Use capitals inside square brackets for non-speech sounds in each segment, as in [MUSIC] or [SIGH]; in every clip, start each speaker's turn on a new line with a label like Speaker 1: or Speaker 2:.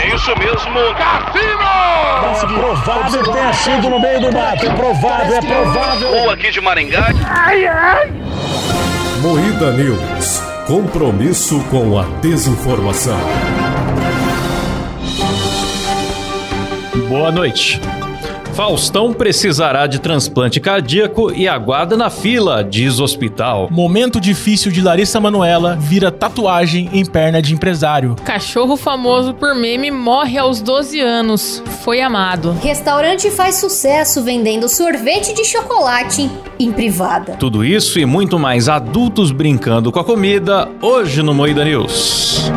Speaker 1: É isso mesmo, Cassino!
Speaker 2: É provável que tenha sido no meio do mato. É provável, é provável.
Speaker 1: Ou aqui de Maringá.
Speaker 3: Moída News. Compromisso com a desinformação.
Speaker 4: Boa noite. Faustão precisará de transplante cardíaco e aguarda na fila, diz hospital.
Speaker 5: Momento difícil de Larissa Manuela vira tatuagem em perna de empresário.
Speaker 6: Cachorro famoso por meme morre aos 12 anos. Foi amado.
Speaker 7: Restaurante faz sucesso vendendo sorvete de chocolate em privada.
Speaker 4: Tudo isso e muito mais adultos brincando com a comida, hoje no Moída News.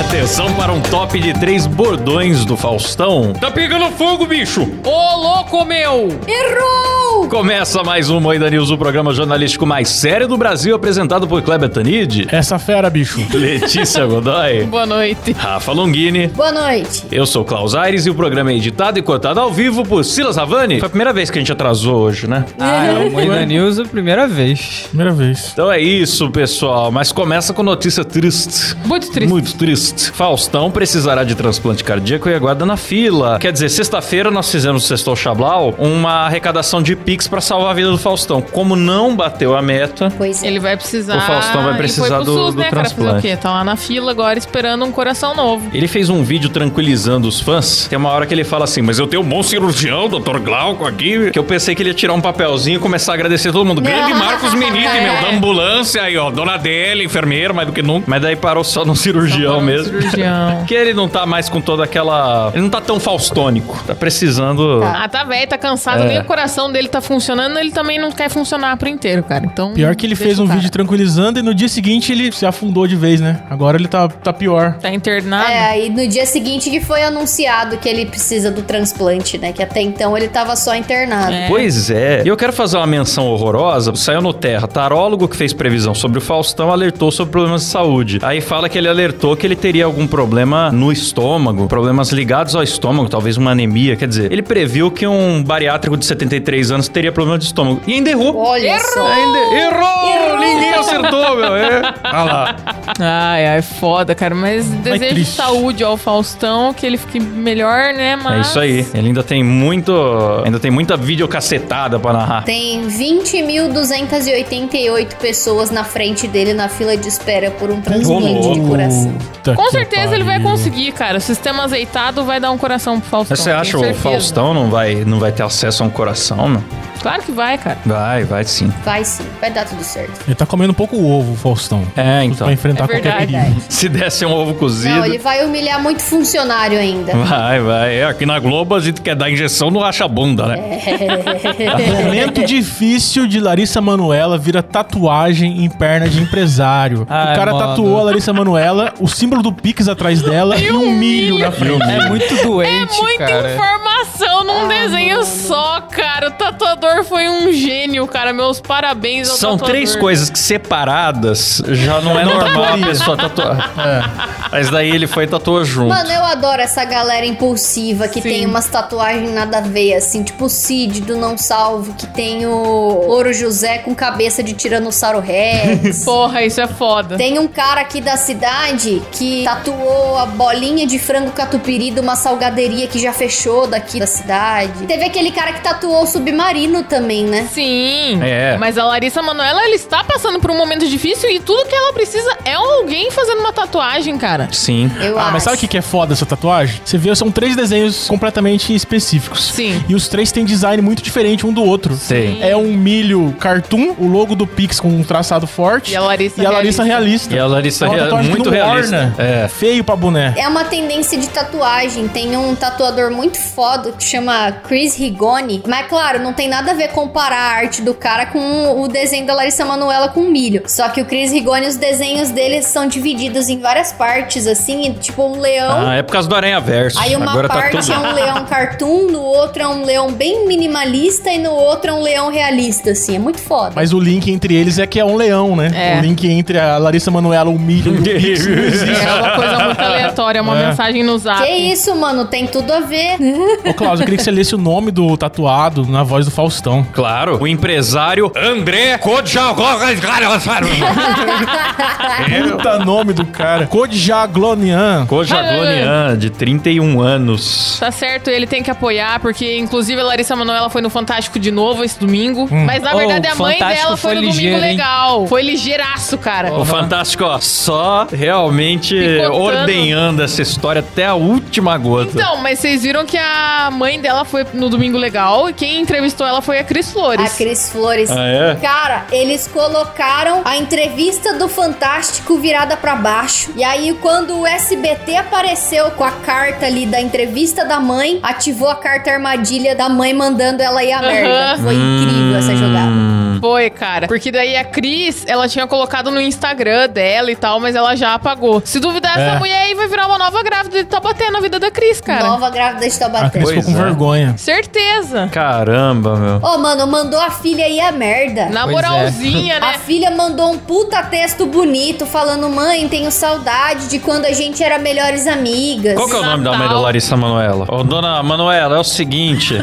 Speaker 4: Atenção para um top de três bordões do Faustão. Tá pegando fogo, bicho!
Speaker 6: Ô, louco meu!
Speaker 7: Errou!
Speaker 4: Começa mais um Moída News, o programa jornalístico mais sério do Brasil, apresentado por Kleber [LAUGHS] Tanid,
Speaker 5: Essa fera, bicho.
Speaker 4: Letícia Godoy,
Speaker 6: Boa noite.
Speaker 4: Rafa Longini.
Speaker 7: Boa noite.
Speaker 4: Eu sou o Klaus Aires e o programa é editado e cortado ao vivo por Silas Havani. Foi a primeira vez que a gente atrasou hoje, né?
Speaker 8: Ah, é o Moída News a primeira vez.
Speaker 5: Primeira vez.
Speaker 4: Então é isso, pessoal. Mas começa com notícia triste.
Speaker 6: Muito triste.
Speaker 4: Muito triste. Faustão precisará de transplante cardíaco e aguarda na fila. Quer dizer, sexta-feira nós fizemos no Sextou Chablau uma arrecadação de Pix pra salvar a vida do Faustão. Como não bateu a meta,
Speaker 7: Pois é.
Speaker 6: Ele vai precisar.
Speaker 4: O Faustão vai
Speaker 6: e
Speaker 4: precisar
Speaker 6: foi pro
Speaker 4: do-
Speaker 6: SUS,
Speaker 4: do
Speaker 6: né, cara? Fazer
Speaker 4: transplante.
Speaker 6: o quê? Tá lá na fila agora esperando um coração novo.
Speaker 4: ele fez um vídeo tranquilizando os fãs. Tem uma hora que ele fala assim: Mas eu tenho um bom cirurgião, Dr. Glauco, aqui. Que eu pensei que ele ia tirar um papelzinho e começar a agradecer todo mundo. Grande Marcos Menini,
Speaker 6: É.
Speaker 4: meu, da ambulância aí, ó. Dona Adele, enfermeira, mais do que nunca. Mas daí parou só no [LAUGHS] cirurgião
Speaker 6: Tá bom,
Speaker 4: mesmo. [LAUGHS]
Speaker 6: Cirurgião.
Speaker 4: Porque ele não tá mais com toda aquela. Ele não tá tão faustônico. Tá precisando.
Speaker 6: Ah, tá velho, tá cansado,
Speaker 4: É.
Speaker 6: nem o coração dele tá funcionando, ele também não quer funcionar por inteiro, cara. Então.
Speaker 5: Pior que ele
Speaker 6: deixa
Speaker 5: fez
Speaker 6: o
Speaker 5: um
Speaker 6: cara.
Speaker 5: vídeo tranquilizando e no dia seguinte ele se afundou de vez, né? Agora ele tá, tá pior.
Speaker 6: Tá internado.
Speaker 7: É, aí no dia seguinte que foi anunciado que ele precisa do transplante, né? Que até então ele tava só internado.
Speaker 6: É.
Speaker 4: Pois é. E eu quero fazer uma menção horrorosa. Saiu no Terra. Tarólogo que fez previsão sobre o Faustão alertou sobre problemas de saúde. Aí fala que ele alertou que ele teria algum problema no estômago, problemas ligados ao estômago, talvez uma anemia. Quer dizer, ele previu que um bariátrico de 73 anos teria problema de estômago. E ainda errou.
Speaker 7: Olha só.
Speaker 4: Ainda errou! Ninguém acertou, meu. É. Ah lá.
Speaker 6: Ai, ai, foda, cara. Mas desejo
Speaker 5: triste.
Speaker 6: saúde ao Faustão, que ele fique melhor, né? Mas...
Speaker 4: É isso aí. Ele ainda tem muito. Ainda tem muita videocacetada pra narrar.
Speaker 7: Tem 20.288 pessoas na frente dele na fila de espera por um transplante de coração.
Speaker 5: Puta
Speaker 6: Com
Speaker 5: que
Speaker 6: certeza ele vai
Speaker 5: pariu.
Speaker 6: conseguir, cara. O sistema azeitado vai dar um coração pro Faustão.
Speaker 4: Mas você acha
Speaker 6: tenho
Speaker 4: o
Speaker 6: certeza.
Speaker 4: Faustão não vai, não vai ter acesso a um coração, não?
Speaker 6: Claro que vai, cara.
Speaker 4: Vai, vai sim.
Speaker 7: Vai sim, vai dar tudo certo.
Speaker 5: Ele tá comendo um pouco o ovo, o Faustão.
Speaker 4: É, então. [LAUGHS]
Speaker 5: Pra enfrentar
Speaker 6: É
Speaker 5: qualquer
Speaker 6: verdade. [LAUGHS]
Speaker 5: perigo.
Speaker 4: Se desse um ovo cozido.
Speaker 7: Não, ele vai humilhar muito funcionário ainda.
Speaker 4: [LAUGHS] Vai, vai. É, Aqui na Globo a gente quer dar injeção no racha-bunda,
Speaker 7: É.
Speaker 4: né?
Speaker 5: Momento difícil de Larissa Manuela vira tatuagem em perna de empresário.
Speaker 8: Ai,
Speaker 5: o cara
Speaker 8: mano.
Speaker 5: tatuou a Larissa Manuela, o símbolo do Pix atrás dela e um milho na frente.
Speaker 8: É muito
Speaker 6: É
Speaker 8: doente,
Speaker 6: muita
Speaker 8: cara.
Speaker 6: informação
Speaker 5: Ah,
Speaker 6: num desenho só, cara. O tatuador foi um gênio, cara. Meus parabéns ao
Speaker 4: São
Speaker 6: tatuador.
Speaker 4: três coisas que separadas já não é normal a pessoa tatuar. Mas daí ele foi e tatuou junto.
Speaker 7: Mano, eu adoro essa galera impulsiva que
Speaker 6: Sim.
Speaker 7: tem umas tatuagens nada a ver, assim, tipo o Cid do Não Salvo, que tem o Ouro José com cabeça de
Speaker 5: [LAUGHS]
Speaker 7: Tiranossauro Rex.
Speaker 6: Porra, isso é foda.
Speaker 7: Tem um cara aqui da cidade que tatuou a bolinha de frango catupiry de uma salgaderia que já fechou daqui da cidade. Teve aquele cara que tatuou o submarino também, né?
Speaker 6: Sim.
Speaker 4: É.
Speaker 6: Mas a Larissa Manoela, ela está passando por um momento difícil e tudo que ela precisa é alguém fazendo uma tatuagem, cara.
Speaker 4: Sim.
Speaker 7: Eu
Speaker 5: Ah,
Speaker 7: acho.
Speaker 5: mas sabe o que que é foda essa tatuagem? Você viu, são três desenhos completamente específicos.
Speaker 6: Sim.
Speaker 5: E os três têm design muito diferente um do outro.
Speaker 4: Sim.
Speaker 5: É um milho cartoon, o logo do Pix com um traçado forte.
Speaker 6: E a Larissa
Speaker 5: e a Larissa
Speaker 6: realista.
Speaker 5: realista.
Speaker 4: E a Larissa
Speaker 5: É uma
Speaker 4: rea-
Speaker 5: tatuagem
Speaker 4: muito
Speaker 5: do
Speaker 4: realista.
Speaker 5: Warner.
Speaker 4: É.
Speaker 5: Feio pra boné.
Speaker 7: É uma tendência de tatuagem. Tem um tatuador muito foda que chama Chris Rigoni. Mas, claro, não tem nada a ver comparar a arte do cara com o desenho da Larissa Manoela com milho. Só que o Chris Rigoni, os desenhos deles são divididos em várias partes, assim, e, tipo um leão.
Speaker 4: Ah, é por causa do Aranha Verso.
Speaker 7: Aí uma
Speaker 4: Agora tá
Speaker 7: parte
Speaker 4: tudo.
Speaker 7: é
Speaker 4: [LAUGHS]
Speaker 7: um leão cartoon, no outro é um leão bem minimalista e no outro é um leão realista, assim. É muito foda.
Speaker 5: Mas o link entre eles é que é um leão, né?
Speaker 6: É.
Speaker 5: O link entre a Larissa Manoela, o milho e o Pix
Speaker 4: [LAUGHS]
Speaker 5: não existe.
Speaker 6: É uma coisa muito aleatória, uma
Speaker 4: É.
Speaker 6: mensagem no zap.
Speaker 7: Que isso, mano, tem tudo a ver.
Speaker 5: Ô, Cláudio, eu queria que você lesse o nome do tatuado na voz do Faustão.
Speaker 4: Claro, o empresário André
Speaker 7: [LAUGHS]
Speaker 4: Kodjaglonian.
Speaker 5: Puta nome do cara. Codjaglonian.
Speaker 4: Kodjaglonian, de 31 anos.
Speaker 6: Tá certo, ele tem que apoiar, porque inclusive a Larissa Manoela foi no Fantástico de novo esse domingo. Mas na
Speaker 8: Oh,
Speaker 6: verdade a
Speaker 8: o
Speaker 6: mãe
Speaker 8: Fantástico
Speaker 6: dela foi,
Speaker 8: foi
Speaker 6: no
Speaker 8: ligeiro,
Speaker 6: domingo
Speaker 8: hein? Oh,
Speaker 6: legal. Foi ligeiraço, cara.
Speaker 4: O Fantástico, ó, só realmente
Speaker 6: Picotando.
Speaker 4: ordenhando essa história até a última gota.
Speaker 6: Então, mas vocês viram que a mãe dela foi no Domingo Legal e quem entrevistou ela foi a Cris
Speaker 7: A
Speaker 6: Flores.
Speaker 7: Cris Flores.
Speaker 4: Ah, é?
Speaker 7: Cara, eles colocaram a entrevista do Fantástico virada pra baixo. E aí, quando o SBT apareceu com a carta ali da entrevista da mãe, ativou a carta armadilha da mãe mandando ela ir à
Speaker 6: Aham.
Speaker 7: merda. Foi incrível essa
Speaker 4: Hum.
Speaker 7: jogada.
Speaker 6: Hum. Foi, cara. Porque daí a Cris, ela tinha colocado no Instagram dela e tal, mas ela já apagou. Se duvidar,
Speaker 8: É.
Speaker 6: essa mulher aí vai virar uma nova grávida e tá batendo na vida da Cris, cara.
Speaker 7: Nova grávida de
Speaker 5: A
Speaker 7: Taubaté.
Speaker 5: Cris ficou
Speaker 4: Pois
Speaker 5: com
Speaker 4: é.
Speaker 5: vergonha.
Speaker 6: Certeza.
Speaker 4: Caramba, meu.
Speaker 7: Ô, mano, mandou a filha ir à merda.
Speaker 6: Na
Speaker 8: Pois é.
Speaker 6: moralzinha,
Speaker 7: A
Speaker 6: né?
Speaker 7: filha mandou um puta texto bonito falando: Mãe, tenho saudade de quando a gente era melhores amigas.
Speaker 4: Qual que é o
Speaker 6: Natal.
Speaker 4: nome da mãe da Larissa Manoela? Ô, dona Manoela, é o seguinte.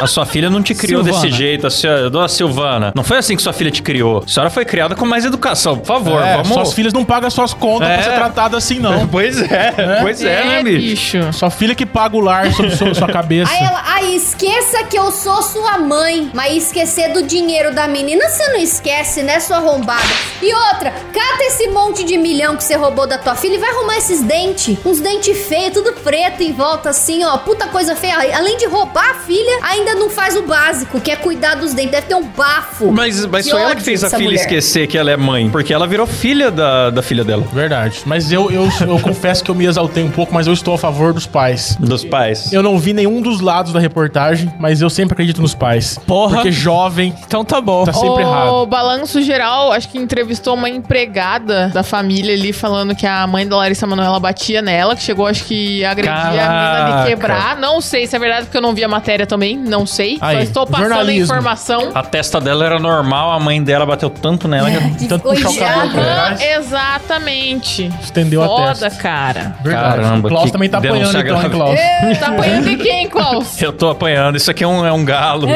Speaker 4: A sua filha não te criou
Speaker 8: Silvana.
Speaker 4: desse jeito, a senhora, dona Silvana. Não foi assim que sua filha te criou. A senhora foi criada com mais educação, por favor,
Speaker 5: É,
Speaker 4: vamos.
Speaker 5: Suas filhas não pagam suas contas
Speaker 4: É.
Speaker 5: pra ser tratada assim, [LAUGHS] não.
Speaker 4: Pois é, pois é, né, bicho?
Speaker 5: Sua filha que paga o lar sobre sua, sua cabeça.
Speaker 7: Aí ela, aí esqueça que eu sou sua mãe, mas esquecer do dinheiro da menina você não esquece, né, sua arrombada? E outra, cata esse monte de milhão que você roubou da tua filha e vai arrumar esses dentes. Uns dentes feios, tudo preto em volta, assim, ó. Puta coisa feia. Além de roubar a filha, ainda não faz o básico, que é cuidar dos dentes. Deve ter um bafo.
Speaker 4: Mas, mas
Speaker 7: Que
Speaker 4: foi ela
Speaker 7: ódio
Speaker 4: que fez a
Speaker 7: dessa
Speaker 4: filha
Speaker 7: mulher.
Speaker 4: esquecer que ela é mãe, porque ela virou filha da, da filha dela,
Speaker 5: Verdade. Mas eu, eu, eu confesso que eu me exaltei um pouco, mas eu estou a favor dos pais.
Speaker 4: dos pais.
Speaker 5: Eu não vi nenhum dos lados da reportagem, mas eu sempre acredito nos pais.
Speaker 8: Porra.
Speaker 5: Porque jovem
Speaker 8: Então tá bom.
Speaker 5: tá sempre
Speaker 6: O
Speaker 5: errado.
Speaker 6: Balanço Geral, acho que entrevistou uma empregada da família ali, falando que a mãe da Larissa Manoela batia nela, que chegou, acho que, a agredir a menina
Speaker 4: Caraca.
Speaker 6: de quebrar. Não sei se é verdade, porque eu não vi a matéria também, não sei. Só
Speaker 5: Aí,
Speaker 6: estou passando
Speaker 5: jornalismo.
Speaker 6: a informação.
Speaker 4: A testa dela era normal, a mãe dela bateu tanto nela que.
Speaker 7: Que
Speaker 5: Tanto puxar o cabelo né? pra
Speaker 6: Aham,
Speaker 5: trás.
Speaker 6: exatamente.
Speaker 5: tá Estendeu a
Speaker 6: Foda,
Speaker 5: testa.
Speaker 6: cara.
Speaker 5: Verdade.
Speaker 4: Caramba,
Speaker 5: o Klaus
Speaker 4: que
Speaker 5: também tá apanhando
Speaker 4: denúncia
Speaker 5: então, hein,
Speaker 4: grave.
Speaker 5: Klaus?
Speaker 6: Tá apanhando de quem,
Speaker 5: [LAUGHS]
Speaker 6: Klaus?
Speaker 4: Eu tô apanhando, isso aqui é um, é um galo.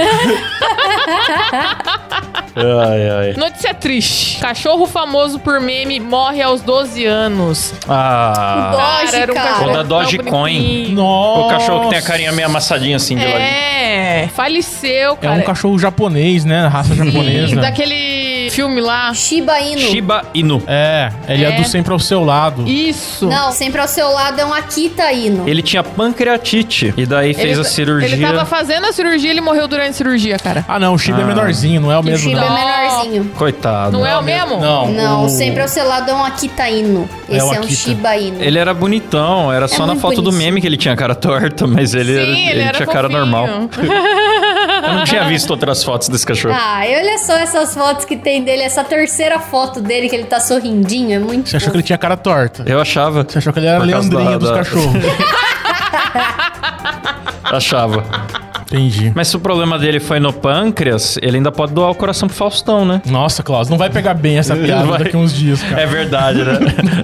Speaker 4: ai,
Speaker 5: É.
Speaker 4: ai.
Speaker 6: Notícia triste. Cachorro famoso por meme morre aos 12 anos. um
Speaker 4: Ah.
Speaker 7: Doge, cara.
Speaker 4: Ou da
Speaker 6: tão
Speaker 4: Dogecoin.
Speaker 6: bonitinho.
Speaker 5: Nossa.
Speaker 4: O cachorro que tem a carinha meio amassadinha assim de lado.
Speaker 6: É, faleceu,
Speaker 5: É
Speaker 6: cara.
Speaker 5: um cachorro japonês, né? Raça
Speaker 6: Sim,
Speaker 5: japonesa.
Speaker 6: daquele filme lá.
Speaker 7: Shiba Inu.
Speaker 4: Shiba Inu.
Speaker 5: É, ele é.
Speaker 6: É.
Speaker 5: do sempre ao seu lado.
Speaker 6: Isso.
Speaker 7: Não, sempre ao seu lado é um Akita Inu.
Speaker 4: Ele tinha pancreatite e daí fez a cirurgia.
Speaker 6: Ele tava fazendo a cirurgia ele morreu durante a cirurgia, cara.
Speaker 5: Ah, não, o Shiba
Speaker 4: Ah.
Speaker 5: é menorzinho, não é o
Speaker 7: O
Speaker 5: mesmo,
Speaker 7: Shiba é
Speaker 5: não.
Speaker 7: menorzinho.
Speaker 4: Coitado.
Speaker 6: Não, é o mesmo?
Speaker 5: Não,
Speaker 7: Não,
Speaker 5: o-
Speaker 7: sempre ao seu lado é um Akita Inu.
Speaker 5: É
Speaker 7: Esse
Speaker 5: um
Speaker 7: é, um
Speaker 5: Akita.
Speaker 7: Shiba Inu.
Speaker 4: Ele era bonitão, era só na
Speaker 7: muito
Speaker 4: foto do
Speaker 7: bonitinho.
Speaker 4: meme que ele tinha cara torta, mas ele,
Speaker 6: É Sim,
Speaker 4: era-
Speaker 6: ele,
Speaker 4: ele
Speaker 6: era
Speaker 4: tinha cara
Speaker 6: fofinho. [LAUGHS]
Speaker 4: normal. Eu não tinha visto outras fotos desse
Speaker 5: é
Speaker 4: cachorro.
Speaker 7: Ah, e olha só essas fotos que tem dele, essa terceira foto dele que ele tá sorrindinho, é muito.
Speaker 5: Você achou que ele tinha cara torta?
Speaker 4: Eu achava.
Speaker 5: Você achou que ele era a
Speaker 4: Por causa da-
Speaker 5: Leandrinha dos
Speaker 4: da- [LAUGHS]
Speaker 5: cachorros?
Speaker 4: Achava.
Speaker 5: Entendi.
Speaker 4: Mas se o problema dele foi no pâncreas, ele ainda pode doar o coração pro Faustão, né?
Speaker 5: Nossa, Klaus, não vai pegar bem essa piada
Speaker 4: Vai.
Speaker 5: daqui uns dias, cara.
Speaker 4: É verdade,
Speaker 5: [LAUGHS]
Speaker 4: né?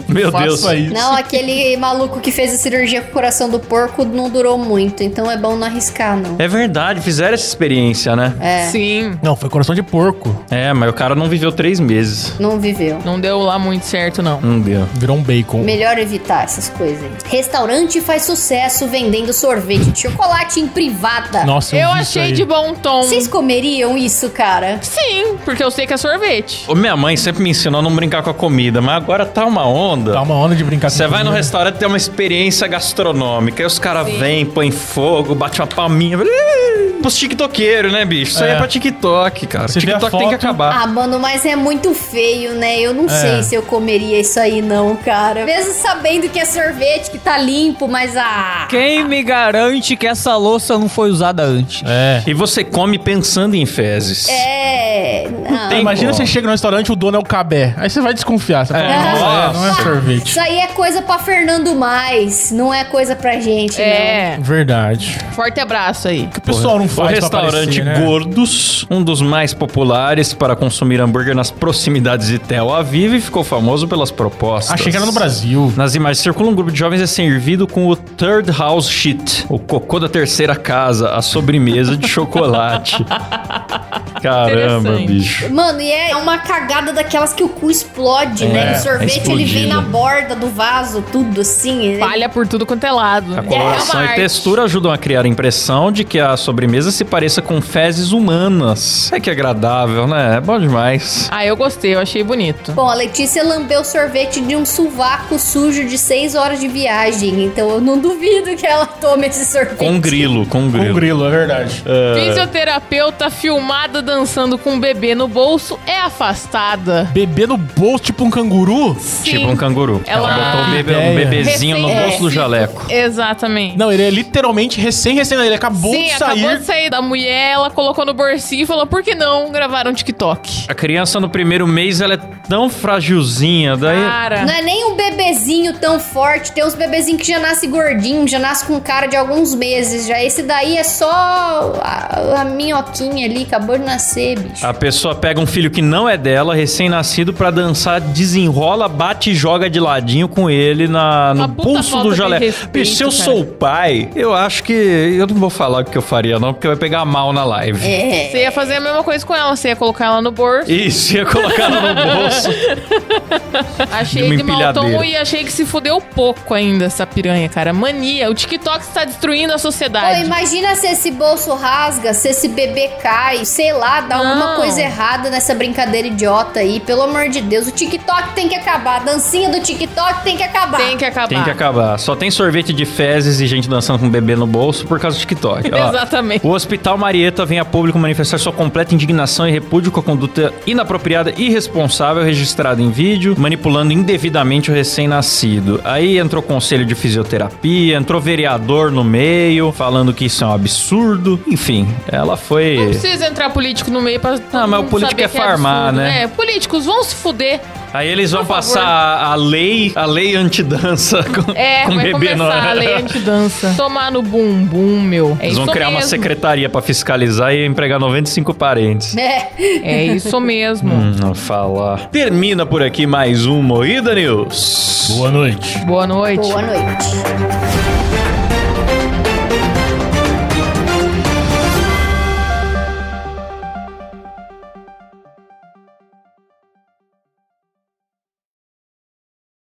Speaker 4: Meu
Speaker 5: Faça
Speaker 4: Deus.
Speaker 5: isso.
Speaker 7: Não, aquele maluco que fez a cirurgia com o coração do porco não durou muito, então é bom não arriscar, não.
Speaker 4: É verdade, fizeram essa experiência, né?
Speaker 6: É.
Speaker 7: É.
Speaker 6: Sim.
Speaker 5: Não, foi coração de porco.
Speaker 4: É, mas o cara não viveu três meses.
Speaker 7: Não viveu.
Speaker 6: Não deu lá muito certo, não.
Speaker 4: Não deu.
Speaker 5: Virou um bacon.
Speaker 7: Melhor evitar essas coisas aí. Restaurante faz sucesso vendendo sorvete de chocolate em privada.
Speaker 5: Nossa, eu,
Speaker 6: Eu
Speaker 5: vi isso
Speaker 6: achei
Speaker 5: aí.
Speaker 6: de bom tom.
Speaker 7: Vocês comeriam isso, cara?
Speaker 6: Sim, porque eu sei que é sorvete.
Speaker 4: Ô, minha mãe sempre me ensinou a não brincar com a comida, mas agora tá uma onda.
Speaker 5: Dá uma onda de brincar com
Speaker 4: Você vai no
Speaker 5: comida.
Speaker 4: restaurante tem uma experiência gastronômica. Aí os caras vêm, põem fogo, bate uma palminha. Ih, Pros tiktoqueiros, né, bicho? Isso aí
Speaker 5: É.
Speaker 4: é pra TikTok, cara.
Speaker 5: Você vê a
Speaker 4: TikTok tem que
Speaker 5: foto-
Speaker 4: acabar.
Speaker 7: Ah, mano, mas é muito feio, né? Eu não sei se eu comeria isso aí, não, cara. Mesmo sabendo que é sorvete, que tá limpo, mas ah.
Speaker 8: Quem me garante que essa louça não foi usada antes?
Speaker 5: É.
Speaker 4: E você come pensando em fezes.
Speaker 7: É. Não.
Speaker 4: tem
Speaker 5: Imagina
Speaker 4: como.
Speaker 5: você chega no restaurante e o dono é o cabé. Aí você vai desconfiar. Você fala,
Speaker 7: É.
Speaker 5: "Nossa, não é
Speaker 4: Nossa.
Speaker 5: sorvete.
Speaker 7: Isso aí é coisa pra Fernando mais, não é coisa pra gente, não.
Speaker 6: É,
Speaker 5: Verdade.
Speaker 6: forte abraço aí.
Speaker 5: O pessoal não
Speaker 4: O
Speaker 5: faz pra
Speaker 4: restaurante
Speaker 5: aparecer, né?
Speaker 4: Gordos, um dos mais populares para consumir hambúrguer nas proximidades de Tel Aviv e ficou famoso pelas propostas.
Speaker 5: Achei que era Ah, no Brasil.
Speaker 4: Nas imagens circula um grupo de jovens é servido com o Third House Shit, o cocô da terceira casa, a sobremesa de
Speaker 5: [LAUGHS]
Speaker 4: chocolate. Caramba,
Speaker 6: Interessante.
Speaker 4: bicho.
Speaker 7: Mano, e é uma cagada daquelas que o cu explode, né? O sorvete ele
Speaker 4: explodido.
Speaker 7: vem na borda do vaso, tudo assim. né?
Speaker 6: Palha por tudo quanto é lado.
Speaker 4: A coloração
Speaker 6: É uma
Speaker 4: e
Speaker 6: arte.
Speaker 4: textura ajudam a criar a impressão de que a sobremesa se pareça com fezes humanas. É que agradável, né? É bom demais.
Speaker 6: Ah, eu gostei, eu achei bonito.
Speaker 7: Bom, a Letícia lambeu sorvete de um sovaco sujo de 6 horas de viagem, então eu não duvido que ela tome esse sorvete.
Speaker 4: Com grilo, com
Speaker 5: Com
Speaker 4: grilo.
Speaker 5: grilo, é verdade.
Speaker 6: Fisioterapeuta filmada dançando com um bebê no bolso é afastada.
Speaker 5: Bebê no bolso, tipo um canguru?
Speaker 6: Sim.
Speaker 4: Tipo um canguru.
Speaker 6: Ela-
Speaker 4: Ela, botou um, bebê- um
Speaker 5: Ideia.
Speaker 4: bebezinho no
Speaker 6: Recém-
Speaker 4: bolso do jaleco.
Speaker 6: Exatamente.
Speaker 5: Não, ele é literalmente recém, recém. Ele acabou
Speaker 6: Sim,
Speaker 5: de
Speaker 6: acabou
Speaker 5: sair.
Speaker 6: de sair da mulher, ela colocou no bolsinho e falou: por que não gravar um TikTok?
Speaker 4: A criança no primeiro mês, ela é tão fragilzinha, daí...
Speaker 6: Cara.
Speaker 7: Não é nem um bebezinho tão forte. Tem uns bebezinhos que já nasce gordinho, já nasce com cara de alguns meses. Já esse daí é só a, a minhoquinha ali, acabou de nascer, bicho.
Speaker 4: A pessoa pega um filho que não é dela, recém-nascido, pra dançar, desenrola, bate e joga de ladinho com ele na, no
Speaker 6: Uma puta
Speaker 4: pulso
Speaker 6: falta
Speaker 4: do
Speaker 6: de
Speaker 4: jaleco.
Speaker 6: respeito,
Speaker 4: Bicho, se eu
Speaker 6: cara.
Speaker 4: sou o pai, eu acho que. Eu não vou falar o que eu faria, não, porque vai pegar mal na live.
Speaker 7: É.
Speaker 6: Você ia fazer a mesma coisa com ela, você ia colocar ela no bolso.
Speaker 4: Isso, ia colocar ela
Speaker 6: [LAUGHS]
Speaker 4: no bolso.
Speaker 6: Achei
Speaker 4: numa
Speaker 6: de mau tom
Speaker 4: empilhadeira.
Speaker 6: e achei que se fudeu pouco ainda essa piranha, cara. Mania. O TikTok está destruindo a
Speaker 7: Pô,
Speaker 6: sociedade.
Speaker 7: imagina se esse bolso rasga, se esse bebê cai, sei lá, dá alguma
Speaker 6: Não.
Speaker 7: coisa errada nessa brincadeira idiota aí. Pelo amor de Deus, o TikTok tem que acabar. A dancinha do TikTok tem que acabar.
Speaker 6: Tem que acabar.
Speaker 4: Tem que acabar. Só tem sorvete de fezes e gente dançando com bebê no bolso por causa do TikTok. Ó,
Speaker 6: Exatamente.
Speaker 4: O Hospital Marieta vem a público manifestar sua completa indignação e repúdio com a conduta inapropriada e irresponsável registrada em vídeo, manipulando indevidamente o recém-nascido. Aí entrou conselho de fisioterapia, entrou vereador no meio, falando que isso é um absurdo. Enfim, ela
Speaker 6: Não
Speaker 4: foi.
Speaker 6: precisa entrar político no meio pra.
Speaker 4: Ah, mas o
Speaker 6: não
Speaker 4: político
Speaker 6: saber
Speaker 4: é
Speaker 6: que
Speaker 4: farmar,
Speaker 6: absurdo,
Speaker 4: né?
Speaker 6: É, políticos vão se fuder.
Speaker 4: Aí eles vão
Speaker 6: Por favor.
Speaker 4: passar a a lei, a lei antidança [LAUGHS] com,
Speaker 6: É,
Speaker 4: com
Speaker 6: vai
Speaker 4: bebê no
Speaker 6: começar a lei antidança. Tomar no bumbum, meu. É
Speaker 4: Eles
Speaker 6: isso
Speaker 4: vão criar uma
Speaker 6: mesmo.
Speaker 4: secretaria pra fiscalizar e empregar 95 parentes.
Speaker 7: É.
Speaker 6: É isso mesmo.
Speaker 4: Hum, não falar. Termina por aqui mais um Moída News.
Speaker 5: Boa noite.
Speaker 6: Boa noite.
Speaker 7: Boa noite.